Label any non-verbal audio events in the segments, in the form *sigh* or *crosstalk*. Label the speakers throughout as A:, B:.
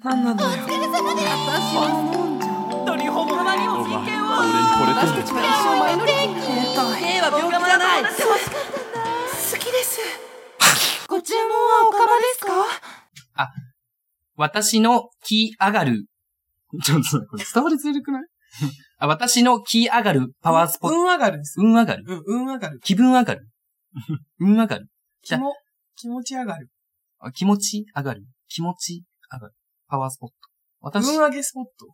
A: 何なのよ
B: にほんまにも真剣を
C: 俺に惚れて
A: 私
C: る
A: たちは一生前乗り切った
B: 平和病気じゃない
A: 好きですご注文はおかまですか
D: 私の気上がる。ちょっと待ってこれ伝わりづらくない *laughs* あ私の気上がるパワースポット。
A: 運上がるです
D: 運上がる
A: うん、運上がる
D: 気分上が *laughs* る運上がる
A: 気も気持ち上がる
D: あ気持ち上がる気持ち上がるパワースポット。
A: 運
D: 私、
A: 上げスポット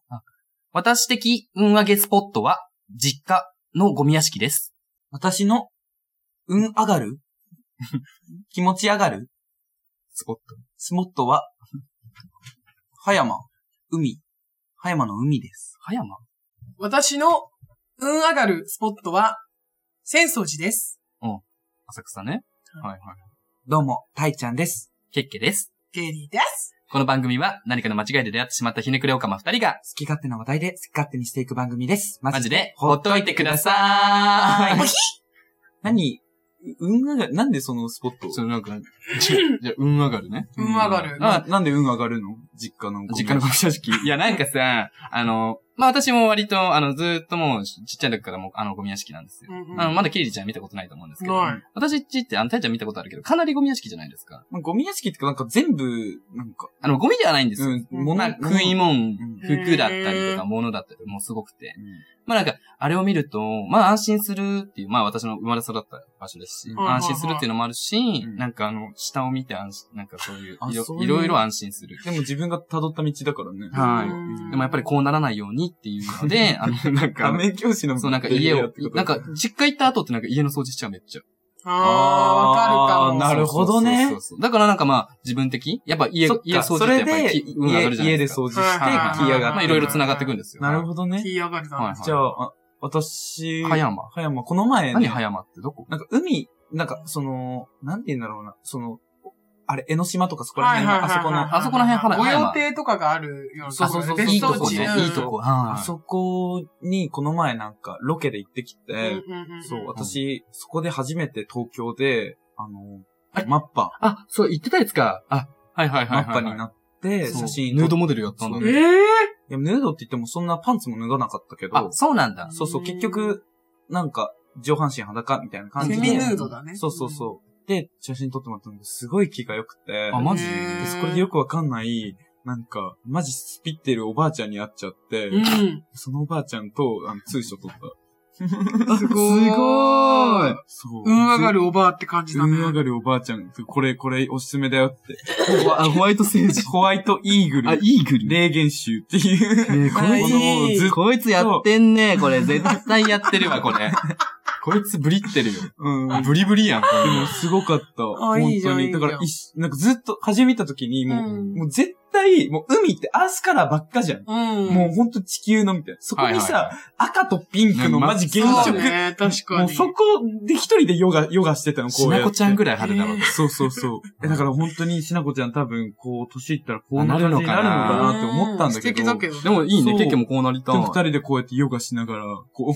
D: 私的運上げスポットは、実家のゴミ屋敷です。
E: 私の、運上が
A: *laughs*
E: る気持ち上がる
D: スポット。
E: スモットは、葉山、海、葉山の海です。
D: 葉山
A: 私の運上がるスポットは浅草寺です
D: 浅草ね。はいはい。
E: どうも、たいちゃんです。
D: ケッケです。
A: ゲリーです
D: この番組は何かの間違いで出会ってしまったひねくれおかま二人が、
E: 好き勝手な話題で好き勝手にしていく番組です。マ
D: マジ
E: ジで。
D: で、ほっといてくださーい。
E: 何運上がる、なんでそのスポット
D: *laughs* そう、なんか、じゃ、じゃあ運上がるね。
A: *laughs* 運上がる
E: な、なんで運上がるの実家の。
D: 実家のゴミ屋敷。いや、なんかさ、あの、まあ、私も割と、あの、ずーっともう、ちっちゃい時からもう、あの、ゴミ屋敷なんですよ。
A: うんうん
D: あの、まだケイリちゃん見たことないと思うんですけど、
A: ない
D: 私っちって、あの、タイちゃん見たことあるけど、かなりゴミ屋敷じゃないですか。
E: まあゴミ屋敷ってか、なんか全部、なんか、
D: あの、ゴミではないんですよ。
E: うん、
D: まあ、食い
E: も
D: もん
E: うん、
D: 服だったりとか、物だったりとか、もうすごくて。まあなんか、あれを見ると、まあ安心するっていう、まあ私の生まれ育った場所ですし、
E: うん
D: 安心するっていうのもあるし、
E: ん
D: なんかあの、下を見て安心、なんかそういう、
E: あ
D: いろ
E: そういう
D: いろいろ安心する。
E: でも自分が辿った道だからね。
D: はい
A: うん
D: でもやっぱりこうならないようにっていうの
E: *laughs*
D: で、あの、なん
E: 画
D: か、
E: 面教師の
D: そうなんか家
E: や
D: を
E: ってこ、と
D: なんか、実家行った後ってなんか家の掃除しちゃうめっちゃ。
A: あーわかるかも
E: あーなるほどね
D: そうそうそうそうだからなんかまあ、自分的やっぱ家
E: そっ、か
D: 家掃除
E: そ
D: ってや
E: れ
D: っぱり
E: で、
D: 気運上がるじゃな
E: 家
D: い
E: で
D: ですか。
E: 掃除して、
A: はいはいはい
E: 気上が
D: ま
E: っ
D: あ
E: て。
D: いろいろ繋がってくんですよ。
E: なるほどね。
A: 気上がるだ
D: はい
E: じゃあ、あ私、
D: 葉山
E: 葉山、この前、
D: 何葉山ってどこ
E: なんか海、なんかその、なんて言うんだろうな、その、あれ、江ノ島とかそこら辺の、あそこの、
D: あそこら辺花
A: ご
D: 葉山
A: 用邸とかがあるようなとこ
E: そうそう
A: ろ
E: そう
D: いいとこね
E: 別荘、
D: いいとこ。
E: あ
D: はい
E: そこに、この前なんか、ロケで行ってきて、そう、私、そこで初めて東京で、あの
D: あれ、
E: マッパ、
D: あ、そう、言ってたやつか。あ、はいはいはい
E: マ
D: はい、
E: ッパになって、
D: そう
E: 写真
D: ヌード
E: も。
D: モデルやったんだ
E: そ
A: え
E: う
D: ね。
A: え
E: いや、ヌードって言ってもそんなパンツも脱がなかったけ
D: あ
E: ど、、
D: そうなんだ。
E: そうそうう、
A: ん
E: 結局、なんか、上半身裸みたいな感
A: セ
E: じ
A: ミ
E: で
A: ヌ。ードだね
E: そうそうそう。で、写真撮ってもらったんだけど、すごい気が良くて。
D: あ、マジ
A: へ
E: でこれでよくわかんない、なんか、マジスピってるおばあちゃんに会っちゃって、
A: うん
E: そのおばあちゃんと、あの、通所撮
D: *laughs*
E: った。
A: すごーい
E: いそう。
A: 運上がるおばあって感じだね
E: 運上がるおばあちゃん、これ、これ、おすすめだよって。ホワホワイトセージ。ホワイトイーグル。
D: あ、イーグル。
E: 霊言集っていう。
D: こ
A: い
D: い
A: い
D: つもうずっとこいつやってんねこれ。絶対やってるわ、これ。 *laughs* こいつブリってるよ。
E: うん。で
D: ブリブリやん、これ
E: も、すごかった。
A: あ
E: 本
A: いいじゃん
E: 当
A: いい
E: に。
A: じゃ
E: だ
A: ん
E: から、一なんかずっと、始めた時に、もう、
A: うん
E: もう絶対、もう海ってアースカラーばっかじゃん。
A: うん
E: もうほんと地球のみたいな。そこにさ、
D: はいはい
E: 赤とピンクの
D: ね
E: マジ
A: そう
E: 原
A: だ
E: 色。
A: ね確かに
E: もうそこで一人でヨガ、ヨガしてたの、こ
D: し
E: うや
D: な
E: って。
D: こちゃんぐらい派手だろう。
E: そうそうそう。 *laughs* え、だから本当にしなこちゃん多分、こう、年いったらこう
D: な
E: な
D: る
E: る
D: の
E: の
D: か
E: か
D: な
E: なって思ったんだけど。
A: 素敵だけどね
D: でもいいね、
E: そう
D: ケッケもこうなりた
E: で
D: い
E: も。二人でこうやってヨガしながら、こ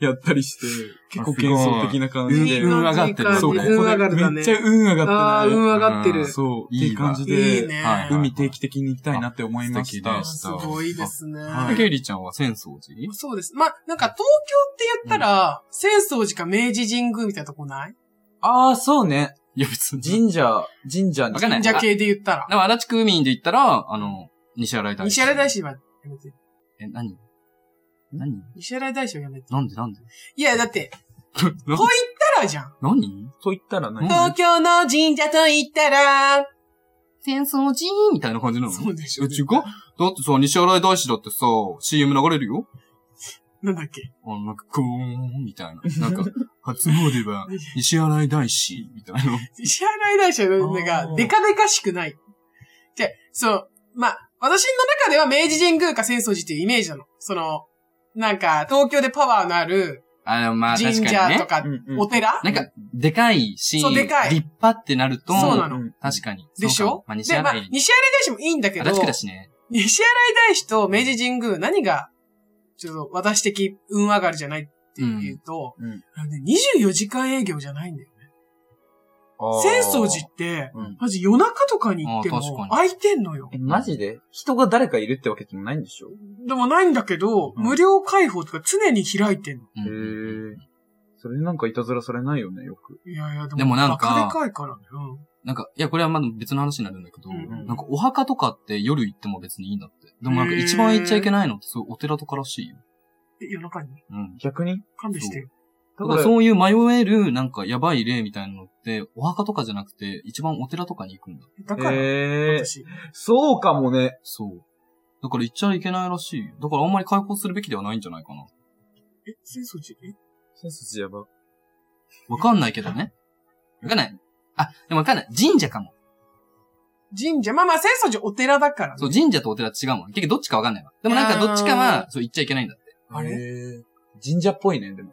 E: う、やったりして、結構幻想的な感じ
A: いい
E: で。
D: 運
A: 感じ
D: 上がってる
A: いい感じ
E: そう、こ
A: 運
E: こ
A: 上がる
E: で
A: だ
E: め
A: ね
E: っちゃ運上が
A: あ
E: っ
A: ー
E: てね。
A: 運上がってる
E: そう、って
D: い
E: い
D: いわ
E: う感じ
A: いい
E: で、
A: ね
D: はい
E: 海定期的に行きたいなって思いま
D: あ
E: し
D: 素敵
E: た
D: で。す
A: すごいですね
E: はい
D: ケイリちゃんは浅草寺
A: そうです。まあ、なんか東京って言ったら、浅草寺か明治神宮みたいなとこない
E: ああ、そうね。
D: いや、別に。
E: 神社、神社に
D: わかんない
A: 神社系で言ったら。
D: でも、足立区民で言ったら、あの、西新井大師。
A: 西新井大師はやめて。
D: え、何何
A: 西新井大師はやめて。
D: なんでなんで
A: いや、だって、
D: *laughs* な
A: こう言ったらじゃん。
D: 何
E: と言ったら
D: うん
E: ね。
A: 東京の神社と言ったら、
D: 戦争寺みたいな感じなの
A: そうでしょ
D: え、違うだってさ、西新井大師だってさ、CM 流れるよ
A: なんだっけ。
D: あの、なんか、ゴーンみたいな。なん *laughs* か、初詣は西新井大師みたいな。
A: 西新井大師は、なん
E: あ
A: か、
E: ー
A: デカデカしくない。じゃ、そう、まあ、私の中では明治神宮か浅草寺っていうイメージなの。その、なんか、東京でパワーのある
D: *laughs* あの、まあ、
A: 神
D: 確かに
A: 社と
D: ね。
A: か、
E: うんうん
A: お寺、
D: なんか、でかいし、
A: そうでかい
D: 立派ってなると、
A: そうなの
E: ん
D: 確かに。
A: でし
D: そう
A: ょ
D: かもまあ、西
A: で、まあ、
D: 新
A: 西
D: 井。
A: 新井大師もいいんだけ
D: 足
A: ど、
D: 立区だ
A: 西
D: しね。
A: 新井大師と明治神宮、何が、ちょっと私的運上がるじゃないっていうと、
E: うん
A: あのね24時間営業じゃないんだよね。
E: あ
A: 浅草寺って、
E: うん
A: マジ夜中とかに行って
D: あー確か
A: も
D: に
A: 空いてんのよ。
E: え、マジで人が誰かいるってわけでもないんでしょ
A: でもないんだけど、
E: うん
A: 無料開放とか常に開いてんの。
D: うん
E: へえ。それなんかいたずらされないよね、よく。
A: いやいや、でも
D: でもなんか
A: バカでかいからね。うん
D: なんか、いや、これはまだ別の話になるんだけど、
A: うんうん
D: なんかお墓とかって夜行っても別にいいんだって。でもなんか一番行っちゃいけないのってそういうお寺とからしいよ。
A: え夜中に
D: うん。
E: 逆に
A: 勘弁してよ。
D: だ
E: だ
D: か
E: からら
D: そういう迷える、なんかやばい例みたいなのって、お墓とかじゃなくて、一番お寺とかに行くんだ。
A: だから、
E: へえ。
A: 私。
E: そうかもね。
D: そう。だから行っちゃいけないらしいよ。だからあんまり開放するべきではないんじゃないかな。
A: え、浅草寺え
E: 浅草寺やば。
D: わかんないけどね。わかんない。あ、でもわかんない。神社かも。
A: 神社まあまあ、浅草寺お寺だからね。
D: そう、神社とお寺違うもん。結局どっちかわかんないわ。でもなんかどっちか
A: あ
D: は
A: ー、
D: そう、行っちゃいけないんだって。
A: あれ
E: れ神社っぽいね、でも。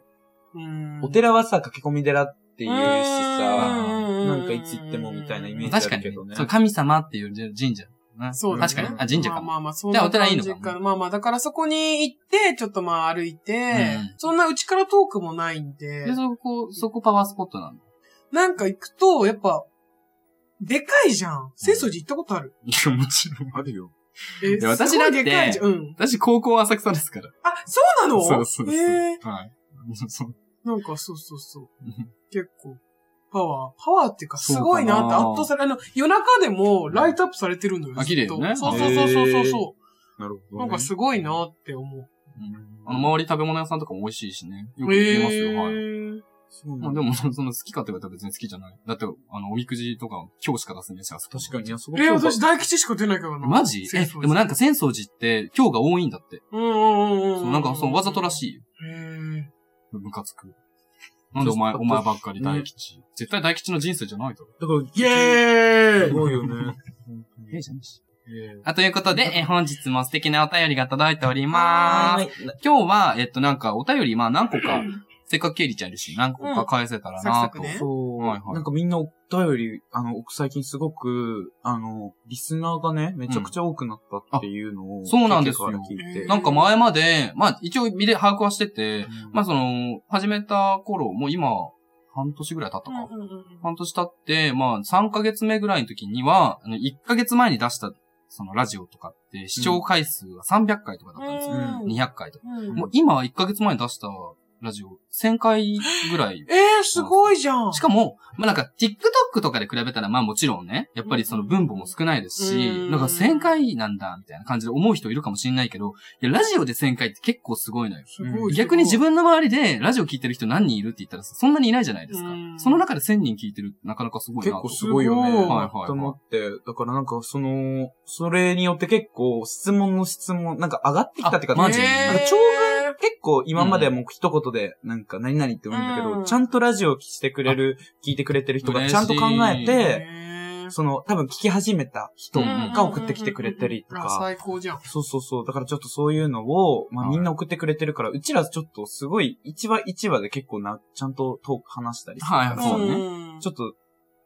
A: うん
E: お寺はさ、駆け込み寺っていうしさ、
A: う
E: なんかいつ行ってもみたいなイメージ
D: 確かに、
E: だけどね
D: ね。そう、神様っていう神社。な
A: そうだね。
D: 確かに。あ、神社かも。
A: まあまあまあ、そう
D: じゃあお寺いいのかも
A: まあまあ、だからそこに行って、ちょっとまあ歩いて、
D: うん
A: そんなうちから遠くもないんで
D: で、、そこ、そこパワースポットなの。
A: なんか行くと、やっぱ、でかいじゃん。浅草寺行ったことある。
D: いや、もちろん。
E: あるよ。
A: え
D: や私だって
A: すごいでかいじゃん。うん。
D: 私、高校は浅草ですから。
A: あ、そうなの
D: そうそうそう。
A: え
D: はい。 *laughs* そう。
A: ーなんかそうそうそう。結構、パワー。パワーっていうか、すごいなって
D: そうかな
A: 圧倒され、あの、夜中でもライトアップされてるのよ。
D: あ綺麗よね
A: ずっとそうそうそうそうそ
E: なる
A: う。
E: ほどね。
A: なんかすごいなって思う。
D: あの、周り食べ物屋さんとかも美味しいしね。よく行きますよ、はい。
A: え
E: そう
D: ま
E: な
D: あ
E: ん
D: で
E: だ。
D: も、その好きかって言われたら別に好きじゃない。だって、あの、おみくじとか今日しか出せねえし、確
E: 確かに、あそこ
A: ー、えー、
E: そうか
A: 私大吉しか出ないからな。
D: マジ
A: 浅
D: え、
A: 草
D: で
A: 寺
D: もなんか、浅草寺って今日が多いんだって。
A: うんうんうんうん
D: そうう、
A: ん。
D: なんかそのわざとら
A: い。
D: しいよ。
A: へー
D: ムカつく。なんでお前、
E: そう
D: お前ばっかり大吉。絶対大吉の人生じゃないだろ。
E: だから、
A: イ
E: ー
A: ェ
E: す
A: ーイ
E: ごい
D: *laughs*
E: よね。
D: ええじゃんし。
E: え
D: あ、ということで、え、本日も素敵なお便りが届いております。今日は、えっと、なんか、お便り、まあ、何個か、せっかくケリちゃんいるし、何個か返せたら
A: うんサ
D: な
A: クサ
D: と。
A: クね
E: そう、
D: はいはい
E: なんかみんなお便り、あの、最近すごく、あの、リスナーがね、めちゃくちゃ多くなったっていうのを、
D: あそうなんですよ
E: ケイから聞いて。
D: なんか前まで、まあ、一応、見れ、把握はしてて、
E: うん
D: まあ、その、始めた頃、もう今、半年ぐらい経ったか。
A: うんうんうん
D: 半年経って、まあ、3ヶ月目ぐらいの時には、あの、1ヶ月前に出した、そのラジオとかって、視聴回数が300回とかだったんですよ。
E: うん
D: 200回とか。
A: うん
D: もう今は1ヶ月前に出したラジオ、1000回ぐらい。
A: えー、すごいじゃん。
D: しかも、まあなんか、TikTok とかで比べたら、まあもちろんね、やっぱりその分母も少ないです
A: う
D: し、
A: ん
D: なんか1000回なんだ、みたいな感じで思う人いるかもしれないけど、いや、ラジオで1000回って結構すごいのよ。
A: すごい
D: 逆に自分
A: 分
D: の周りでラジオ聞いてる人何人いるって言ったらさそんなにいないじゃないですか
A: うん。
D: その中で1000人聞いてるってなかなかすごい
E: 結
D: なと。
E: 構すごいよね。
A: すごい
D: はいはい
E: と思って。だからなんかその、それによって結構質問の質問、なんか上がってきたっていう
D: あ
E: か、
D: マジ
E: なんか長文結構今まではもう一言でなんか何々って言うんだけど、
A: うん
E: ちゃんとラジオしてくれる、聞いてくれてる人が
D: 嬉し
E: ち
D: い
E: ゃんと考えて、
A: えー
E: その多分聞き始めた人
D: うん
E: が送ってきてくれたりと
A: あ
E: か、
A: 最高じゃん。
E: そうそうそう。だからちょっとそういうのを、まあ
D: はい
E: みんな送ってくれてるから、うちらちょっとすごい一話一話で結構な、ちゃんとトーク話したりして
D: はいはいそうね
A: ね
E: ちょっと、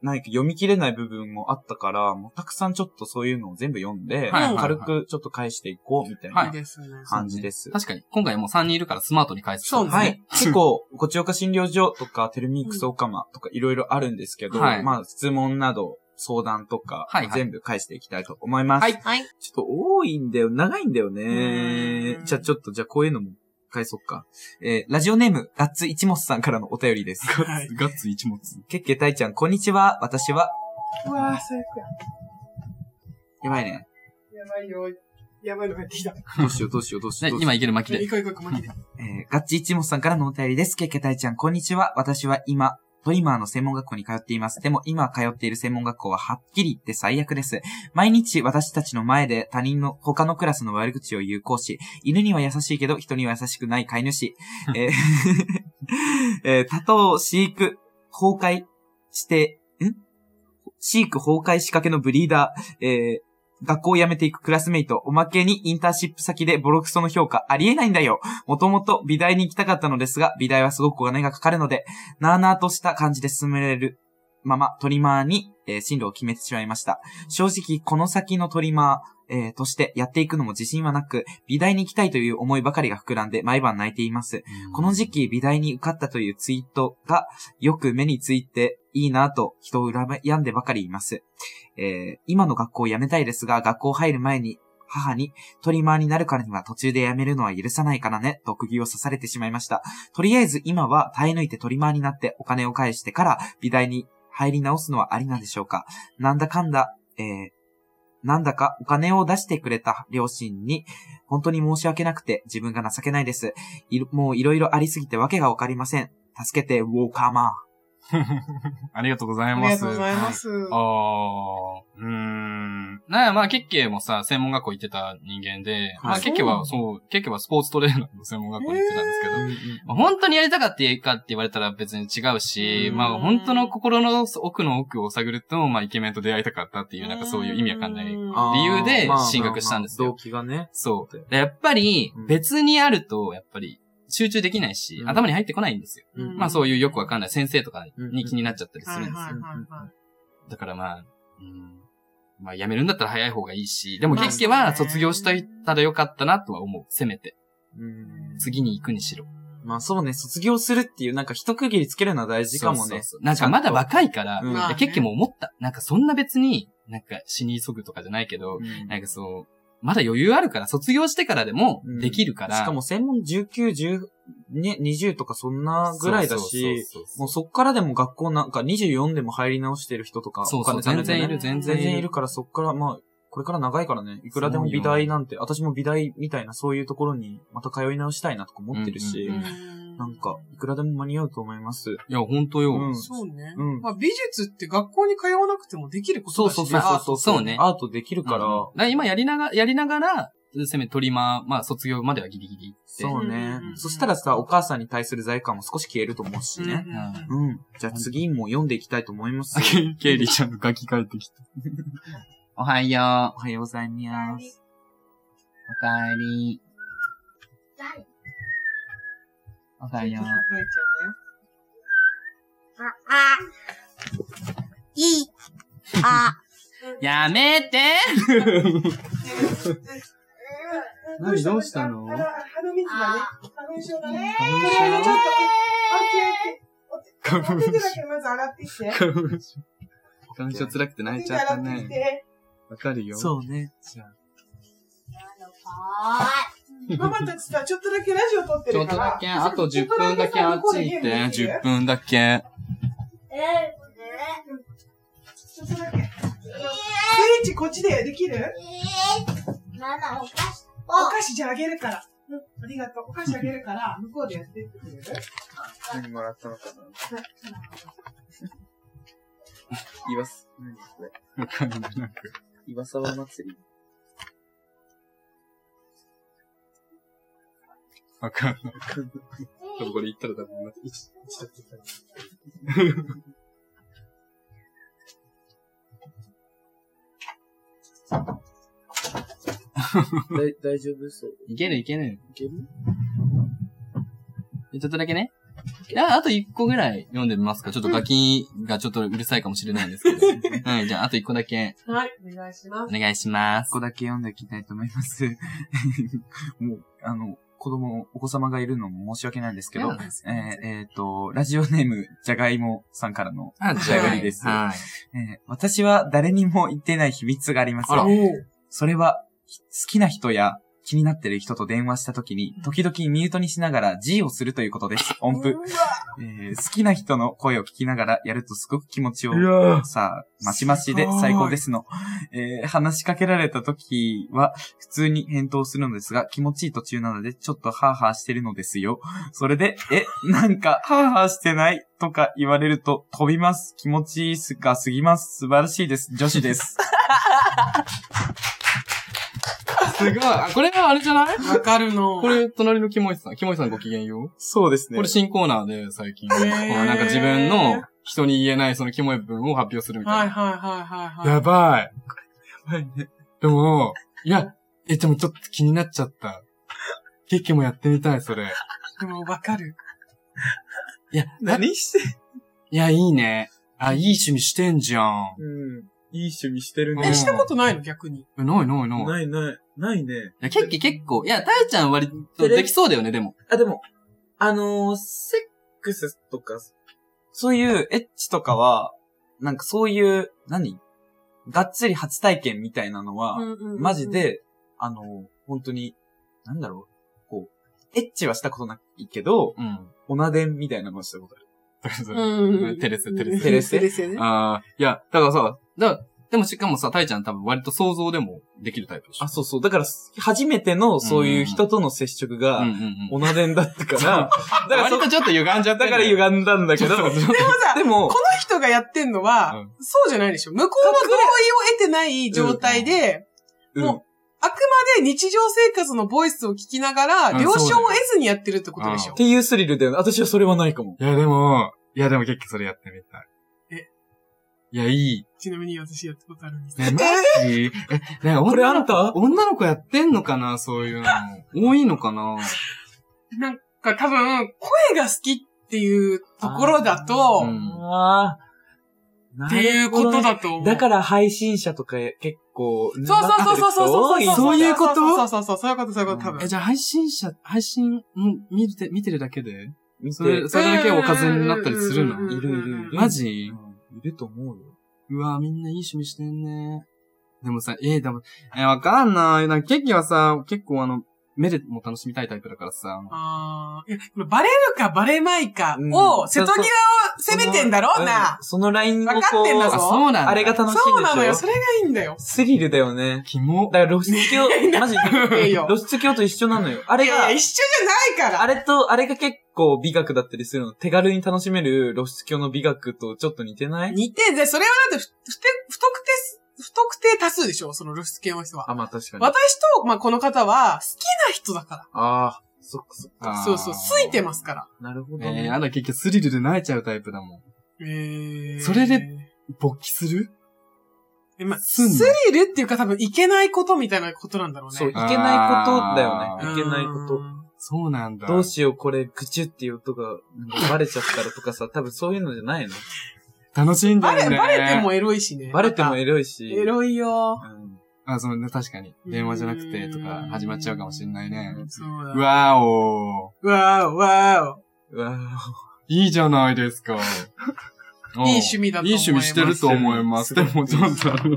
E: 何か読み切れない部分もあったから、もうたくさんちょっとそういうのを全部読んで、
D: はい
A: はいはい
E: 軽くちょっと返していこうみたい
D: はい
E: な
A: ですね。
E: 感じです。
D: 確かに、今回もう3人いるからスマートに返す。
A: そうね
E: は。
A: はい
E: 結構、ごちおか診療所とか、テルミックスオカマとかいろいろあるんですけど、
D: はい
E: まあ質問など、相談とか
D: はい、はい
E: 全部返していきたいと思います。
D: はい
A: はい。
E: ちょっと多いんだよ。長いんだよね
A: う。ん
E: じゃあちょっと、じゃあこういうのも返そうか。えーラジオネーム、ガッツイチモスさんからのお便
D: *laughs*
E: りです。
A: はい。
D: ガッツ一物。
E: ケッケタイちゃん、こんにちは。私は、
A: うわぁ、最高や。
E: やばいね。
A: やばいよ。やばいの入ってきた。
E: ど
A: 行
E: うしようどうしようどうしよ
D: ね
E: うどうしよう。
D: 今いける巻きで。
A: こう行こう行こう、マジで。
E: えーガッチイチモスさんからのお便りです。ケケタイちゃん、こんにちは。私は今、トリマーの専門学校に通っています。でも今通っている専門学校ははっきり言って最悪です。毎日私たちの前で他人の、他のクラスの悪口を有効し、犬には優しいけど人には優しくない飼い主。えー *laughs* えー、多頭飼育、崩壊して、ん飼育崩壊仕掛けのブリーダー、えー学校を辞めていくクラスメイト、おまけにインターンシップ先でボロクソの評価ありえないんだよ。もともと美大に行きたかったのですが、美大はすごくお金がかかるので、なあなあとした感じで進められるまま、トリマーに、えー進路を決めてしまいました。正直、この先のトリマー、えーとしてやっていくのも自信はなく、美大に行きたいという思いばかりが膨らんで毎晩泣いています。この時期、美大に受かったというツイートがよく目についていいなと人を羨んでばかりいます。えー今の学校を辞めたいですが、学校入る前に母にトリマーになるからには途中で辞めるのは許さないからね、と釘を刺されてしまいました。とりあえず今は耐え抜いてトリマーになってお金を返してから美大に入り直すのはありなんでしょうかなんだかんだ、えーなんだかお金を出してくれた両親に本当に申し訳なくて自分が情けないです。いろもういろいろありすぎてわけがわかりません。助けて、ウォーカーマー。
D: ありがとうござい
A: あ
D: ます。
A: りがとうございます。
D: ああ、うーん。なあ、まあ、ケッケもさ、専門学校行ってた人間で、まあ、ケッケは、そう、ケッケはスポーツトレーナーの専門学校に行ってたんですけど、まあ本当にやりたかっていいかって言われたら別に違うし、
A: うん
D: まあ本当の心の奥の奥を探ると、まあイケメンと出会いたかったっていう、なんかそういう意味わかんない。
A: うん
E: あー
D: 理由で進学したんですよ
E: まあまあまあ動機がね。
D: そう。でやっぱり
E: うん、
D: 別にあると、やっぱり、集中できないし、
E: うん
D: 頭に入ってこないんですよ。
A: うん
D: まあそういうよくわかんない先生とかに気になっちゃったりす
A: は
D: る
A: い
D: ん
A: は
D: です
A: い
D: よ。
A: はいはい。
D: だからまあ、うん、まあ辞めるんだったら早い方がいいし、でも
A: まあ
D: 結ケは
A: そうね
D: 卒業しといたらよかったなとは思う。せめて。
E: うん
D: 次に行くにしろ。
E: まあそうね、卒業するっていう、なんか一区切りつけるのは大事かも
D: そう
E: ね。
D: そうそうなんかまだ若いから、
E: うん
D: い
A: まあ
D: や
A: ね
D: 結ケも思った。なんかそんな別に、なんか死に急ぐとかじゃないけど、
E: うん
D: なんかそう、まだ余裕あるから、卒業してからでも
E: うん
D: できるから。
E: しかも専門19、10、ね、20とかそんなぐらいだし、
D: そうそうそうそう
E: もうそっからでも学校なんか24でも入り直してる人とか、
D: そうそう
E: お金貯めてね
D: 全然いる全然いる
E: 全然いるからそっからまあ、これから長いからね、いくらでも美大なんて、私も美大みたいなそういうところにまた通い直したいなとか思ってるし、
D: うん
E: なんか、いくらでも間に合うと思います。
D: いや、ほんとよ。
E: うん
A: そうね
E: うん。
A: まあ美術って学校に通わなくてもできることだし
D: そ
A: ね。
D: うそうそうそうね
E: アートできるから、
D: ら今やりながら、やりながら、せめてトリマー、まあ卒業まではギリギリ行って。
E: そうね
A: う。ん
E: そしたらさ、お母さんに対する罪感も少し消えると思うし
A: うん
E: ね。
D: ね
A: うん
E: うん。じゃあ次も読んでいきたいと思います
D: *laughs* あ。ケケイリーちゃんのガキ帰ってきた。おはよ
E: おはようございます。
D: う。おかえり。おかえり
A: 大ちゃんだよ。
C: いい。あ、
D: やめて
A: 何どうしたの鼻水だね。花粉症だね。
D: 花
A: と
D: 粉
A: り
D: 症
A: あえずちょっと、オッケーオッケー。花粉症だけまず洗ってきて。
D: 花粉症辛くて泣い
A: 手
D: ちゃった
A: 洗ってき
D: ね。
A: て。
D: わかるよ。
E: そうね。
A: ママたちさ、ちょっとだけラジオ撮って
D: ちょ
A: る
D: っ
A: か
D: と
A: ら
D: だ。け、あと10分だけ暑いって、10分だ *laughs* け。
A: ちょっとだけ。あのスイッチこっちでできるお菓子じゃあげるから。うん、ありがとう。お菓子あげるから、向こうでやってってくれる
E: 何もらったのかな岩す、何これ
D: わかんないなんか
E: 岩沢祭り。
D: わかんない。多分これ言ったら多分、
E: だ大丈夫そう。
D: いけるいける。
E: いける
D: ちょっとだけね。あ、あと1個ぐらい読んでみますか。ちょっとガキがちょっとうるさいかもしれないんですけど。うん、じゃああと1個だけ
A: はい、お願いしま
D: お。願いします
E: こ。こだけ読んでいきたいと思います。 *laughs* もう、あの、子供、お子様がいるのも申し訳ないんですけど、えーえーと、ラジオネーム、じゃがいもさんからの
D: あ、
E: じゃがいです
D: はい。
E: えー私は誰にも言っていない秘密があります
D: あ。ら
E: それは、ひ好きな人や気になってる人と電話した時に、時々ミュートにしながら G をするということです。音符。えー好きな人の声を聞きながらやるとすごく気持ちを
D: わ
E: *laughs* さあ、ましましで最高ですの。えー話しかけられた時は、普通に返答するのですが、気持ちいい途中なので、ちょっとハーハーしてるのですよ。それで、え、なんか、ハーハーしてないとか言われると、飛びます。気持ちいいすが過ぎます。素晴らしいです。女子です。
D: すごい。あ、これはあれじゃない
A: わかるの。
D: これ、隣のキモイさん。キモイさんごきげんよう。
E: *laughs* そうですね
D: これ。新コーナーで、最近。こう
A: ー
D: なんか自分の人に言えないそのキモい部分を発表するみた
A: はいい
D: な。
A: はいはいはいはい。
D: やばい。
E: ばいね。
D: でも、いや、え、でもちょっと気になっちゃった。ケッケもやってみたい、それ。
A: でもわかる。
D: いや、だい
E: 何して
D: や、いいね。あ、いい趣味してんじゃん。
E: うん。いい趣味してる
D: ね
A: え、したことないの逆に。
D: えないないない。い
E: いない。ないね。
D: や、ケッケ結構。いや、タイちゃん割とできそうだよね、でも。
E: あ、でも、あのセックスとか、そういうエッチとかは、なんかそういう、何がっつり初体験みたいなのは、マジ。で、あの、本当に、なんだろう、こう、エッチはしたことないけど、
D: うん。
E: オナデンみたいなのはしたことある。
D: だからそれ
A: う
D: *laughs*
A: ん。
D: テレス、テレス。
E: テレス
A: テレスよね。
D: ああ、いや、だからさ、だでもしかもさ、タイちゃん多分割と想像でもできるタイプでしょ。
E: あ、そうそう。だから、初めてのそういう人との接触が、
D: うんうんうん。
E: オナデンだっ
D: *laughs*
E: たから、だから
D: 割
E: そ、
D: とちょっと歪んじゃった。
E: だか
D: ん
E: ら歪んだんだけど、
D: ちょっとちょっと
A: でもさ、
E: でも
A: こ、の人がやってんの
D: う
A: は
D: ん、
A: そうじゃないでしょ。向こうの同意を得てない状態で、
E: うん
A: もあくまで日常生活のボイスを聞きながら、
D: うん
A: 了承を得ずにやってるってことでしょ
E: っ。ていうスリルだよね。私はそれはないかも。
D: *laughs* いや、でも、いや、でも結局それやってみたい。
A: え
D: いや、いい。
A: ちなみに私やったことあるんです。
D: ね、マジえ、ね、
E: これあん
D: 女の
E: た
D: 女の子やってんのかなそういうの。多いのかな
A: なんか多分、声が好きっていうところだと、
D: うん
E: ああ。
A: っていうことだと思う。
E: だから配信者とか結構、
A: そうそうそうそうそうそう。
D: そういうこと
A: そうそうそう、そういうこと、そういうこと、多
D: え、
A: 分。
D: じゃあ配信者、配信も見て、見てるだけで
E: 見
D: そ
E: て
D: れ、
E: る。
D: それだけおかずになったりする
A: うんうん
D: の
A: うんうん
E: いるいるいる。
D: マジ
E: うんいると思うよ。
D: うわみんないい趣味してんね。でもさ、ええでも、えわかんない。なんかケーキはさ、結構あの、目でも楽しみたいタイプだからさ。
A: あーいやこれバレるかバレまいか
E: う
A: を、
E: ん
A: 瀬戸際を攻めてんだろうな。
E: そのラインをこう
A: わかってんだ
D: あ、
A: ぞ
D: そうなんだ。
E: あれが楽しい
A: そう
E: で
A: んなのよ、
E: し
A: そ
E: ょ
A: れがいいんだよ。
E: スリルだよね。
D: キモ。
E: だから露出
A: *laughs*
E: 鏡、マジ
A: いい
E: で
A: よ。
E: 露出鏡と一緒なのよ。あれ
A: いやい
E: が
A: や、一緒じゃないか
E: あれと、あれが結構美学だったりするの。手軽に楽しめる露出鏡の美学とちょっと似てな
A: ら。
E: い
A: 似てんで、それはだって、ふふて不特定す、不特定多数でしょ、その露出系の人は。
E: あ、まあ確かに。あ
A: 私と、まあ、この方は、好きな人だか
E: あー、そっかそっか。
A: ら。
D: あー
A: そうそう、ついてますから。
E: なるほど
D: え
E: ね。
D: ー、あんた結局スリルで泣いちゃうタイプだもん。
A: えー
D: それで、勃起する
A: えまあ、
D: す
A: ス
D: んの
A: リルっていうか多分、いけないことみたいなことなんだろうね。
E: そう、いけないことだよ
D: あ
E: ね。いけないこと。
D: そうなんだ。
E: どうしよう、これ、ぐちゅっていう音が、なんかバレちゃったらとかさ、多分そういうのじゃないの
D: 楽しんで
A: バ
D: るね。
A: レ、バレてもエロいしね。
E: バレても
A: エ
E: エロいし。
A: エロいよ。
E: うん
D: あ、そうね、確かに。電話じゃなくてとか始まっちゃうかもしんないね。
A: そうだ。
D: うわーおー。
A: うわお、わ
E: うわぁ。
D: いいじゃないですか。おう
A: いい趣味だと思います
D: いい趣味してると思います。
E: す
D: で
E: ごく
D: も、ちょっとあの、
A: お。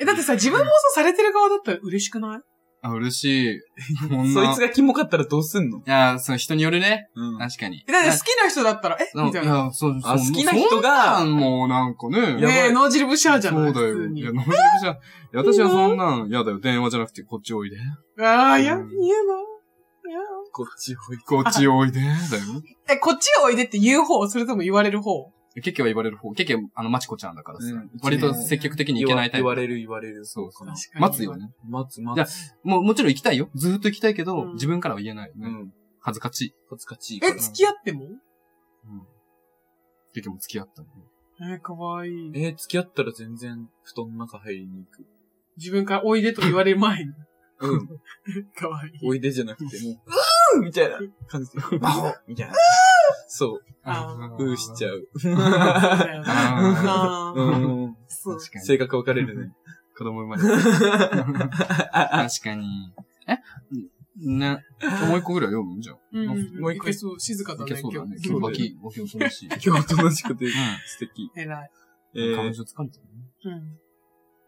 A: え、だってさ、自分もさ、されてる側だったら嬉しくない
D: あ、嬉しい。こん
E: そ
D: な。
E: いつ
D: い
E: がキモかったらどうすんの
D: や、そう、人によるね。
E: うん。
D: 確かに。
A: え、だって好きな人だったら、え
D: な
A: み
D: い
A: たいな。
D: や、そう、
E: あ
D: そう
E: 好きな人が
D: そんなんもうなんかね。
E: やばい
A: ねえ、脳汁ブシャーじゃ
D: そ
A: な
D: う
A: い
D: だ
A: 普通
D: よ。い
A: に
D: や、。飲みじゃ。いや、私はそんなん、嫌だよ。電話じゃなくて、こっちおいで。
A: ああ、いや、
D: う
A: 嫌
D: ん
A: だ。
E: こっちほい。
D: こっちおいで。だよ。
A: え、こっちおいでって言う方それとも言われる方
D: ケケは言われる方。ケケ、あの、マチコちゃんだからさ
E: うん。
D: 割と積極的に行けないタイ
E: 言わ
D: プ。
E: れる言われる。
D: そうそう
A: 確か。に
D: 待つよね。
E: 待つ
D: じ
E: 待
D: ゃ
E: つ。
D: もう、もちろん行きたいよ。ずーっと行きたいけど
A: う、ん
D: 自分からは言えないうよね。
E: ん。
D: 恥ずかしい。
E: 恥ずかしいから
A: え、。付き合っても
D: うん。ケケも付き合ったのね。
A: えー、かわいい。
E: えー、付き合ったら全然布団の中入りに行く。
A: 自分からおいでと言われる前に。
E: うん。
A: かわいい。
E: おいでじゃなくて、もう、 *laughs* うーんみたいな感じで。魔法みたいな。 *laughs* そ
A: あ
E: う、うーしちゃう。
A: そうだよね
D: あ
A: あ
D: *laughs*
A: ー
E: うん。
D: ー
A: そう
D: 確かに。
E: 性格分かれる *laughs* ね。
D: 子供生まれた。確かに。えね。もう一個ぐらい読むじゃん。
A: うん。
E: もう一
A: い
E: 回
A: けそう、静かだ
D: い
A: ね
D: け、そうだね。
E: 今
D: 今
E: 日
D: 日
A: 今
D: バキ、
A: 日。
D: バキ恐ろしい。うん。
E: 今日楽しくて、素敵。
A: 偉い。
E: え
D: 彼
E: ー、
D: 女疲れてるね。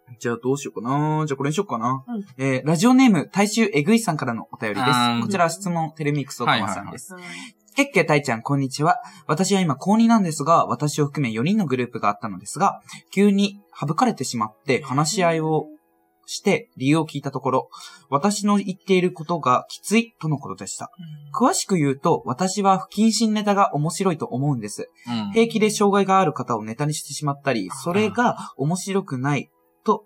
A: うん。
E: *laughs* じゃあどうしようかなじゃあこれにしようかな、
A: うん
E: えー、ラジオネーム、大衆えぐいさんからのお便りで
D: あー
E: す。こちらは質問、テレミックスオトマさんです。
A: はい
E: ケッケタイちゃん、こんにちは。私は今、高2なんですが、私を含め4人のグループがあったのですが、急に省かれてしまって、話し合いをして、理由を聞いたところ、私の言っていることがきついとのことでした。詳しく言うと、私は不謹慎ネタが面白いと思うんです。
D: うん。
E: 平気で障害がある方をネタにしてしまったり、それが面白くないと、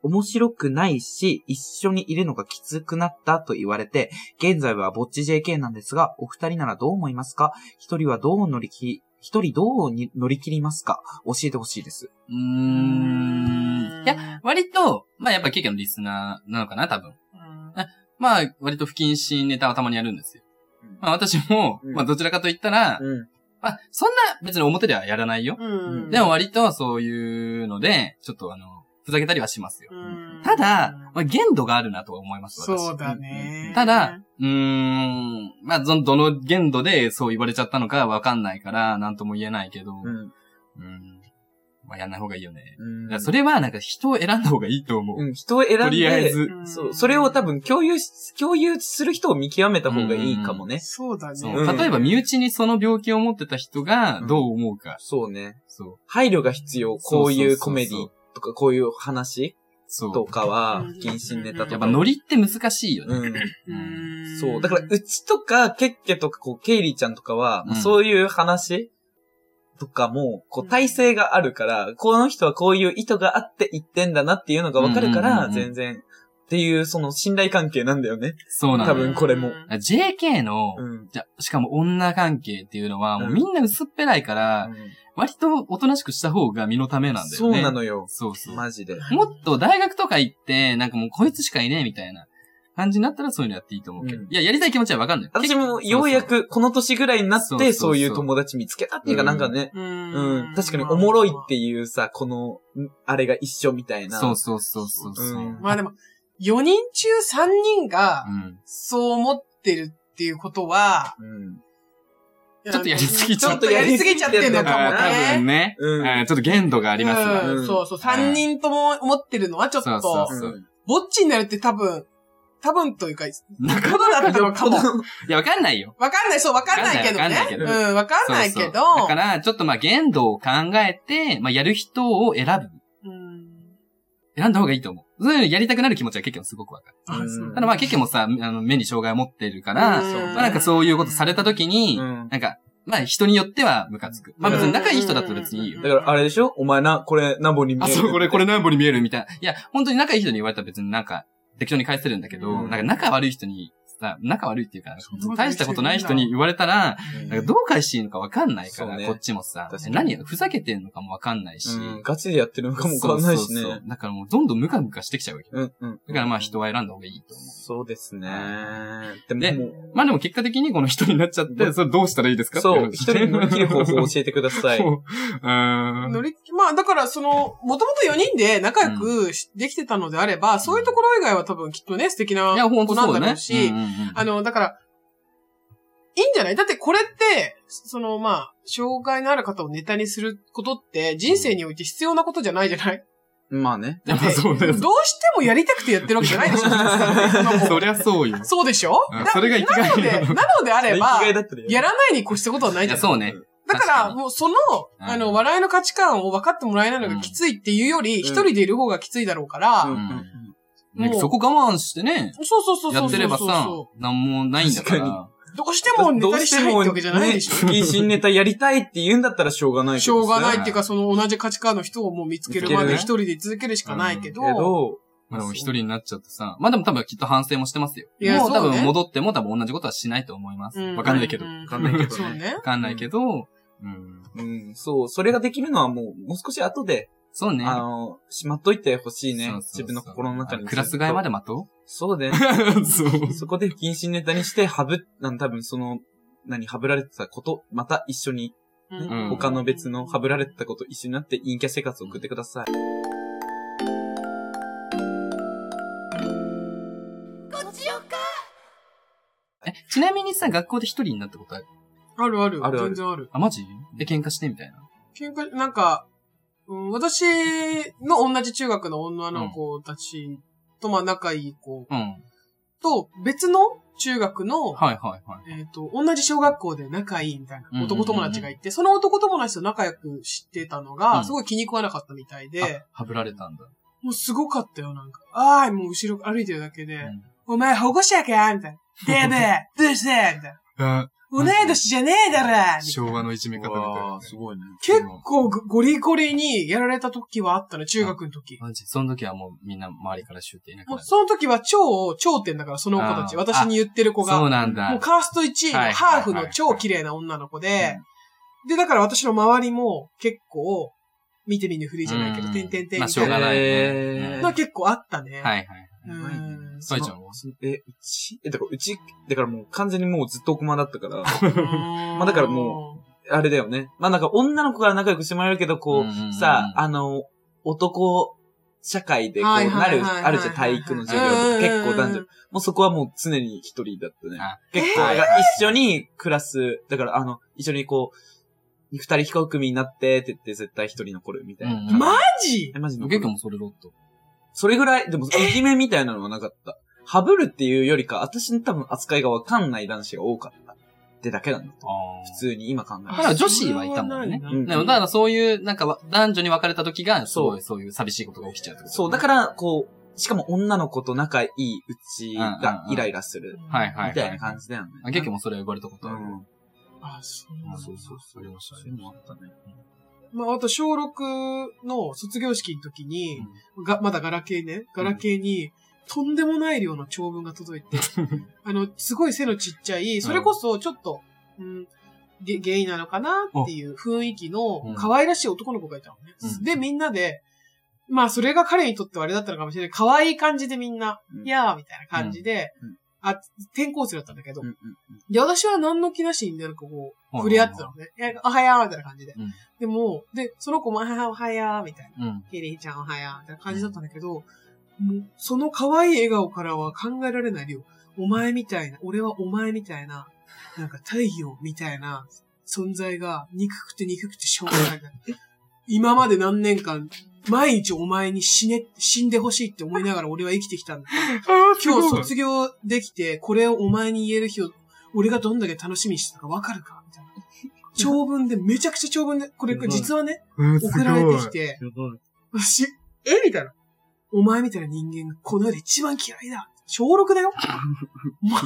E: 面白くないし、一緒にいるのがきつくなったと言われて、現在はぼっち JK なんですが、お二人ならどう思いますか一人はどう乗り切り、一人どうに乗り切りますか教えてほしいです。
D: うーん。いや、、割と、まあやっぱケーキのリスナーなのかな、多分。まあ、割と不謹慎ネタはたまにやるんですよ。まあ私も、
E: うん
D: まあどちらかと言ったら、
E: うん。
D: まあそんな別に表ではやらないよ。
A: うん。
D: でも割とそういうので、ちょっとあの、ふざけたりはしますよ。
A: うん、
D: ただ、まあ、限度があるなとは思います、私。
A: そうだね。
D: ただ、、うーん、まあ、ど、どの限度でそう言われちゃったのかわかんないから、なんとも言えないけど、
E: う。
D: うんん。まあ、やんない方がいいよね。
E: うん
D: だからそれは、なんか人を選んだ方がいいと思う。
E: うん、人を選んで、
D: とりあえず。
A: ん
E: そう、それを多、分共有し、共有する人を見極めた方がいいかもね。
A: そうだね。
D: そううん例えば、身内にその病気を持ってた人が、どう思うか。
E: そうね。
D: そう。
E: 配慮が必要。こういうコメデ
D: そうそう
E: ィ
D: そう
E: とか、こういう話
D: そう。
E: とかは
A: うん、
E: 謹慎ネタ
D: や
E: と
D: っ
E: か
D: ぱ
E: も。
D: ノリって難しいよね。
E: うん。
A: うん
E: そう。だから、うちとか、ケッケとか、こう、ケイリーちゃんとかは、まあ
D: うん
E: そういう話とかも、こう、体制があるから、この人はこういう意図があって言ってんだなっていうのがわか
D: うん
E: るか
D: うんうん
E: ら、
D: うん
E: 全然。っていう、その信頼関係なんだよね。
D: そうなんだ
E: 多
D: よ。
E: 分これも
A: うん。
D: JK の、
E: うん。
D: じゃ、しかも女関係っていうのは、もううんみんな薄っぺらいから、割とおとなしくした方が身のためなんだよ
E: そう
D: ね。
E: なのよ。
D: そうそう。
E: マジで。
D: もっと大学とか行って、なんかもうこいつしかいねえみたいな感じになったらそういうのやっていいと思うけど。
E: うん
D: いや、やりたい気持ちはわかんない。
E: 私も
D: 結
E: ようや
D: そう
E: くこの年ぐらいにな
D: そうそう
E: っ
D: そ
E: て、
D: う
E: そういう友達見つけたっていうか、
D: うん
E: なんかね、
A: う
E: うんん、確かにおもろいっていうさ、この、んあれが一緒みたいな。
D: そうそうそうそうそう。う
E: うんん。
A: まあでも、4人中3人が、そう思ってるっていうことは、
E: うん。
D: ちょっとやりすぎちゃっ
A: ちょっとやりすぎちゃってんの
D: あ
A: かも
D: ー多分
A: ね。
D: ね、
E: うん
D: あーちょっと限度がありますわ。
A: うん
E: うん
A: そうそう。3人とも思ってるのはちょっ
D: そうそう
A: と
D: そ、う
A: ぼっちになるって多分、多分というか、
D: なか
A: ただだったのかも。
D: いや、わかんないよ。
A: わかんない、そう、わかんないけど
D: わかんない
A: ね
D: け。ど
A: うん、わかんないけど。
D: そうそうだから、ちょっとまあ限度を考えて、まあやる人を選ぶ。
A: うん
D: 選んだ方がいいと思う。そういうのやりたくなる気持ちは結構すごくわかる。
A: あそう
E: うん
D: ただまあ結構もさ、あの、目に障害を持ってるから、
A: うん
D: まあなんかそういうことされた時に、
E: うん
D: なんか、まあ人によってはムカつく。まあ別に仲いい人だったら別にいいよ
A: うん
E: だ。から、あれでしょお前な、これ、ナボに見え
D: あ、
E: る。
D: そう、これ、これ何本に見えるみたいな。いや、本当に仲いい人に言われたら別になんか、適当に返せるんだけど、
E: うん
D: なんか仲悪い人に、さ、仲悪いっていうか
A: う、
D: 大したことない人に言われたら、
E: うん。
D: なんかどう返していいのかわかんないから、
E: そうね
D: こっちもさ
E: 確か、に
D: 何やふざけてんのかもわかんないし、
E: うんガチでやってるのかもわかんないしね。
D: そうそうそうだからもうどんどんムカムカしてきちゃうわけ。
E: うんうん。
D: だからまあ人は選んだ方がいいと思
E: そうですね。でも
D: で
E: も
D: う。まあでも結果的にこの人になっちゃって、それどうしたらいいですか *laughs* っ
E: う、
D: てい
E: そう、
D: 話
E: 一人に乗り切る方法を教えてくださ
D: *laughs*
E: い。
D: そうううーん。
A: 乗り、まあだからその、もともと4人で仲良くしできてたのであれば、そういうところ以外は多分きっとね、素敵ない
D: や、本当
A: 子な
D: そ
A: ん
D: う
A: だ
D: だね
A: ろう。し、
D: うんうんうん
A: あの、だから、いいんじゃないだってこれって、そのまあ、障害のある方をネタにすることって人生において必要なことじゃないじゃない
E: まあね。
D: やっぱそうだ
A: ど
D: よ
A: う。してもやりたくてやってるわけじゃないで
D: *laughs*
A: しょ今
D: そ
A: も
D: りゃそうよ。
A: そうでしょ
D: うん
A: だ
D: それが生きがい
A: なので、なのであれば
E: 生きが、いだったら
A: やらないに越したことはない
D: い
A: じゃ
D: や、
A: ん。
D: そうね。
A: だ
D: 確
A: か、
D: からに
A: もうその、
D: うん
A: あの、笑いの価値観を分かってもらえないのがきついっていうより、
E: ん
A: 一、人でいる方がきついだろうから、
E: うんうん
D: なんか
A: もう
D: そこ我慢してね、
A: そうそうそうそうそう。
D: やってればさ
A: そ、
D: なんもないんだから。
A: うどうしてもネタにしたいってわけじゃないでしょ。
E: ね謹慎ネタやりたいって言うんだったらしょうがないけどさ
A: しょうがないっていうか、その同じ価値観の人をもう見つけるま
E: 見
A: で一
E: つ
A: 人で居続けるしかないけど、
E: けど、
D: まあでも一人になっちゃってさ。まあでも多分きっと反省もしてますよ。
A: いや
D: もう多
A: そうね
D: 分戻っても多分同じことはしないと思います。
A: う
D: わかんないけど。
A: う
D: わ
A: う
E: かんないけどね
A: そうね。
D: かんないけど、うん。
E: うん、そう、それができるのはもう、もう少し後で、
D: そうね。
E: あの、しまっといてほしいね
D: そうそう。そう
E: 自分の心の中に。
D: クラス替えまで待と
E: そ
D: *laughs*
E: うね。
D: うそう。
E: そこで謹慎ネタにして、はぶ、なん多分その、何、はぶられてたこと、また一緒に、ね
D: うん
E: 他の別のはぶられてたこと一緒になって陰キャ生活を送ってください。
B: こっちよか
D: え、ちなみにさ、学校で一人になったことある
A: あるある。
E: あるある
A: 全然ある。
D: あ、マジで、喧嘩してみたいな。
A: 喧嘩、なんか、うん、私の同じ中学の女の子たちと、まあ仲いい子
D: うん。
A: と、別の中学の、
D: はいはいはい。
A: えっ、と、同じ小学校で仲いいみたい
D: うんうん
A: な
D: うんうん
A: 男友達がいて、その男友達と仲良くしてたのが、
D: うん
A: すごい気に食わなかったみたいで、
D: あはぶられたんだ。
A: もうすごかったよ、なんか。あーい、もう後ろ歩いてるだけで、
D: うん
A: お前保護者かみたい
D: *laughs*
A: な。でべえ、どうしてみたいな。同い年じゃねえだろみたいな
D: 和のいじめ
E: わーすごいね。
A: 結構ごゴリゴリにやられた時はあったの、中学の時。
D: マジその時はもうみんな周りからシューっていなく
A: も
D: な
A: う
D: る。
A: その時は超、頂点だから、その子たち。
D: あー
A: 私に言ってる子が。
D: そうなんだ。
A: もうカースト1位の
D: はい
A: ハーフの超綺麗な女の子で、で、だから私の周りも結構、見て見ぬふりじゃないけど、
D: うん
A: てんてんてん
D: まあ
A: み
D: し
A: た
D: ょう
A: いな
D: がないね。
E: えー
D: うん
A: のは結構あったね。
D: はいはい。
A: うん。
D: サイちゃんは
E: そのえ、うち、え、だからうち、だからもう完全にもうずっと奥間だったから、*laughs*
A: ま
E: まあだからもあれだよね。まあなんか女の子から仲良くしてもらえるけど、こう、
D: うんうんうん
E: さあ、あの、男社会でこう
A: はいは
E: ない
A: はい
E: る、
A: はい
E: あるじゃん、体育の授業
A: うん
E: で。結構男女。もうそこはもう常に一人だったね
D: あ。
E: 結構、だから一緒に暮らす、だからあの、一緒にこう、二人飛行組になってって言って絶対一人残るみたいな。
D: うん
A: マジ
E: えマジ
D: 受
E: 残
D: け
E: る
D: 君もそれだった。
E: それぐらい、でも、いじめみたいなのはなかった。ハブるっていうよりか、私の多分扱いがわかんない男子が多かった。ってだけなんだ。
D: あ
E: 普通に今考え
D: だから女子はいたもんね
A: それはな
E: う
A: い
E: ん
A: な
D: でも、だからそういう、なんかわ、男女に別れた時が、すごいそういう寂しいことが起きちゃうってこと、
E: そう、だ
D: か
E: から、こう、しかも女の子と仲いいうちがイライラする。
D: ら、はいはい。
E: みたいな感じだよね。
D: あ、結局もそれは言われたこと
E: う
D: ある。
E: ん。
A: あ、そう
D: そうそうそう。ありました
E: そういうのもあったね。
A: まあ、あと、小6の卒業式の時に、が、まだガラケーね、ガラケーに、とんでもない量の長文が届
E: *laughs*
A: いて、あの、すごい背のちっちゃい、それこそちょっと、うん、ゲゲイなのかなっていう雰囲気
D: うん
A: の可愛らしい男の子がいたのね。
D: うん
A: で、みんなで、まあ、それが彼にとってはあれだったのかもしれない。可愛い感じでみんな、
E: うん
A: いやーみたいな感じで、
E: うんうん
A: あ、転校生だったんだけど、
E: うんうん
A: で、私は何の気なしになんかこう、
D: はい
A: 触れ合ってたのね。いやおはようみたいな感じで。
D: うん
A: でも、で、その子も、あはおはようみたいな。
D: うん。
A: ケリーちゃんおはようみたいな感じだったんだけど、もう、その可愛い笑顔からは考えられない量。お前みたいな、俺はお前みたいな、なんか太陽みたいな存在が憎くて憎くてしょうがない。今まで何年間、毎日お前に死ね、死んでほしいって思いながら俺は生きてきたんだ。
D: *laughs*
A: 今日卒業できて、これをお前に言える日を、俺がどんだけ楽しみにしてたかわかるかみたいな。長文で、めちゃくちゃ長文で、これ、実はね、
E: うん。
A: 送られてきて、私、えみたいな。お前みたいな人間がこの世で一番嫌いだ。小6だよマ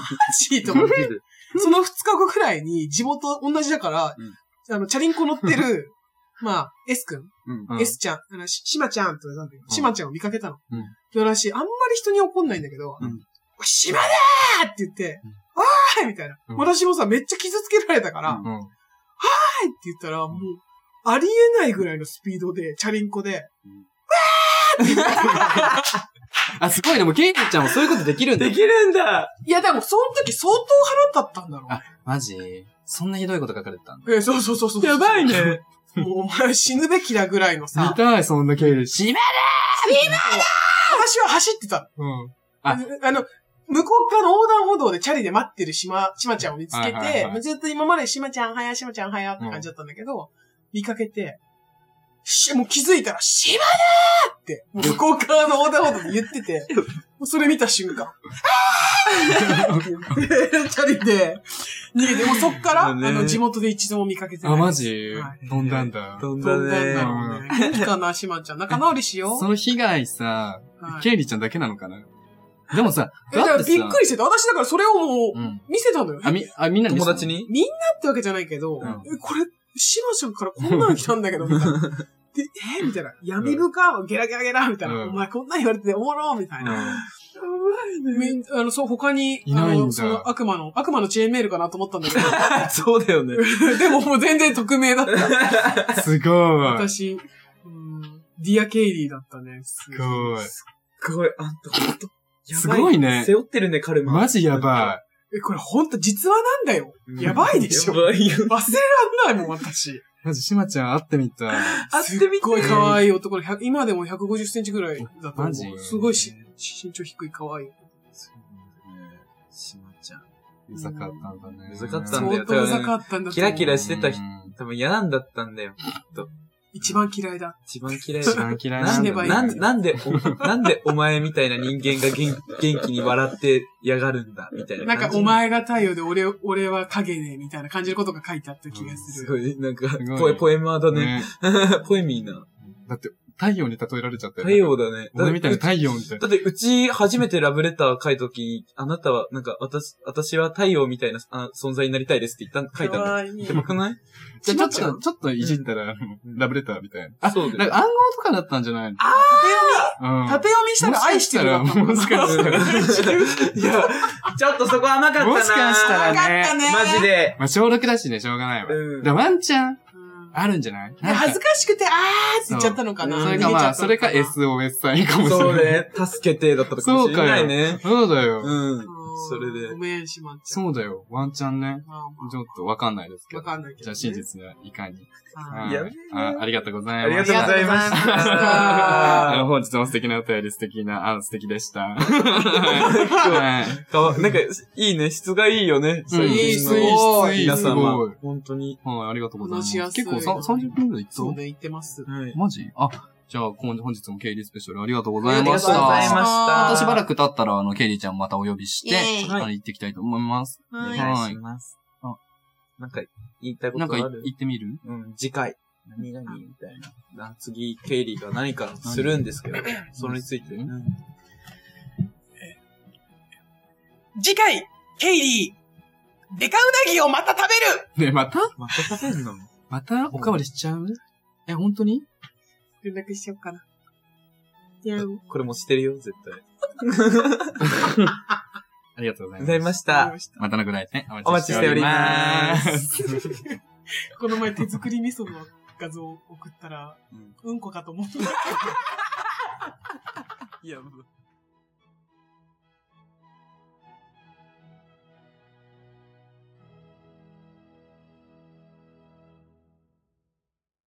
A: ジと思って。その2日後くらいに、地元同じだから、あの、チャリンコ乗ってる、まあ、S 君
E: うん。
D: うん
A: S ちゃん、あの、ししまちゃんってなんだけど、しまちゃんを見かけたの。
D: うん
A: で、私、あんまり人に怒んないんだけど、
E: うん
A: おいしまだーって言って、
D: うん
A: わーいみたいな、
D: うん
A: 私もさ、めっちゃ傷つけられたから、
E: う
A: わ
E: ん
D: うん。
A: ーいって言ったら、もう、ありえないぐらいのスピードで、チャリンコで、
D: あ、すごい、でも、ケイティちゃんもそういうことできるんだ。
E: できるんだ
A: いや、でも、その時相当腹立ったんだろうね。
D: マジそんなひどいこと書かれてたんだ。
A: えーそうそうそうそう。
E: やばいね。
A: も *laughs* う、お前死ぬべきだぐらいのさ、
D: たい、そんなケイティ。しめ
A: 私は走ってた。
D: うん。
A: あ
D: あ
A: の、向こう側の横断歩道でチャリで待ってる島、島ちゃんを見つけて、
D: はいはいはい
A: もうずっと今まで島ちゃんはや、島ちゃんはやって感じだったんだけど、見かけて、し、もう気づいたら、島だーって、もう向こう側の横断歩道で言ってて、もうそれ見た瞬間、あーって言ってチャリで逃げて、もうそっから、
E: ね
A: あの、地元で一度も見かけてない
D: あ、
A: です。
D: マジ
A: はい
D: 飛んだんだ。
E: 飛ん
A: ど
E: だ
A: んなんだ
E: ね。
A: ろうね。元気かな、島ちゃん。仲直りしよう。
D: その被害さ、
A: はい
D: ケイティちゃんだけなのかなでもさ、
A: えだ
D: だ
A: か
D: っ
A: ら
D: て
A: びっ
D: さ
A: く、りしてた。私だからそれをもう、
D: うん。
A: 見せたのよ。
D: あ、み、あ、みんな見せ
E: 友
D: た
E: 達に *laughs*
A: ってわけじゃないけど、
D: うん
A: えこれ、シマちゃんからこんなの来たんだけど、み
D: *laughs*
A: たいな。で、えみたいな。闇深、ゲラゲラゲラみたいな。
D: うん
A: お前こんなん言われてておもろみたいな。みんあの、そう、他に、
D: いないんだ
A: あの、その悪魔の、悪魔のチェーンメールかなと思ったんだけ
E: そうだよね。
A: ど、 *laughs* でももう全然匿名だった。
D: うん。すごい。
A: 私、うん、ディア・ケイリーだったね。す
D: すごい。
E: すごい、あんたほんと。やば
D: すごいね
E: 背負ってるね、カルマ。
D: マジやば
A: え、これほんと実話なんだよ。
E: うん
A: やばいでし *laughs* ょ
E: やばいよ。
A: 忘れらんないもん、私。
D: い。マジ、しまちゃん会ってみたい。
E: 会ってみて
A: すっごい可愛い男で、100今でも150センチぐらいだと思
D: マジ
A: う。すごいし身長低い可愛い。
E: しまちゃん。
D: うざかったんだね。
E: うざかったんだよ
A: 相当うざかったんだと思う
E: キラキラしてた人
D: うん
E: 多分嫌なんだったんだよ。
A: 一番嫌いだ。
E: 一番嫌い
D: 一番嫌い
E: な
A: 死
E: ん
A: ね
E: で、
A: ばいい
E: なんで、なんで、おなんでお前みたいな人間が元元気に笑ってやがるんだ、みたいな
A: なん
E: 感じ。
A: か、お前が太陽で俺、俺は影で、みたいな感じることが書いてあった気がす
E: す
A: る。
E: ごい、なんか
D: すごい、
E: ポエ、ポエマーだね。
D: ね。
E: ポエミーな。
D: だって、太陽に例えられちゃったよ
E: 太
D: ね。
E: 陽だね。
D: 俺みたいな太陽みたいな。
E: だって、うち、初めてラブレター書いたときに、あなたは、なんか、私、私は太陽みたいなあ存在になりたいですって言った、書いたの。
A: 愛い
E: やばくない
D: じゃあち
A: しまち
D: ょ
A: ゃ
D: っと、
A: ん
D: ちょっといじったら、あのラブレターみたいな。あ、
E: そう
D: なんか暗号とかだったんじゃないのああ
A: 縦読みしたら愛してるだったもん
D: もしかしたらもしかしたら
E: いや、ちょっとそこ甘かったな
D: もしかしたら
A: よかったね。
E: マジで。
D: まあ、小6だしね、しょうがないわ。
E: うん
D: だからワンチャン、
A: うん。
D: あるんじゃない
A: で恥ずかしくて、あーって
D: そ
A: 言
D: う
A: っちゃったのかな。
D: それかまあ、それか
A: 逃げちゃったのかな。
D: SOS サインかもし
E: そ
D: れ
E: う
D: ない。
E: ね。助けてだったかもしれないね。
D: そうだよ。
E: うん。
A: うん
C: それで
A: ごめん、しまっちゃう。
D: そうだよ。ワンチャンね。
A: まあま
D: ちょっとわかんないですけど。
A: わかんないけどね
D: じゃあ真実はいかに。
A: あ
D: は
A: はい
D: い
C: やべえ
D: あありがとうござ
C: あ
D: い
C: り
D: ま
C: が
D: し
C: とうご
D: た。
C: ざいまし
A: ありがとうございました
C: た。
D: あの、本日も素敵なお便り、素敵な、あの、素敵で
A: *laughs*
D: した。はいはい
C: かわ、なんか、いいね、質がいいよね。
D: うん
A: いい質
C: 最近の
A: いい質
C: 皆さん
D: すごい
C: は。本当に。
D: はい、ありがとうございま
A: 話しや
D: す。
A: すい
D: 結構さ30分ぐらいいった
A: そうね、言ってます。
C: はい。
D: マジあ、じゃあ、今本日もケイリースペシャルありがとうございました。
A: ありがとうございま
D: ま
C: した
D: たしばらく経ったら、あの、ケイリーちゃんまたお呼びして、あの行ってきたいと思います。
C: お
D: は
C: 願
D: い
C: いします。
D: は
C: なんか、言いたいこ
D: なん
C: と
D: か
C: あ
D: い
C: る
D: 行ってみる
C: うん、次回、何々みたいな。な次、ケイリーが何かするんですけど、それについて。
D: う
B: 次回、ケイリー、デカウナギをまた食べる
D: ね、また
C: また食べんの
D: またおかわりしちゃうえ、本当に
A: 連絡しようかな。やろう。
C: これもしてるよ、絶対。あり
D: ありがとうござ
C: がとうご
D: います
C: ざい。まし
A: わか
C: た
A: り。ました
D: またのぐらいね。
C: お待ちしておりま
D: お待ち *laughs* しております。
C: す。
A: この前手作り味噌の画像を送ったら、うんこかと思った。
C: いや、もう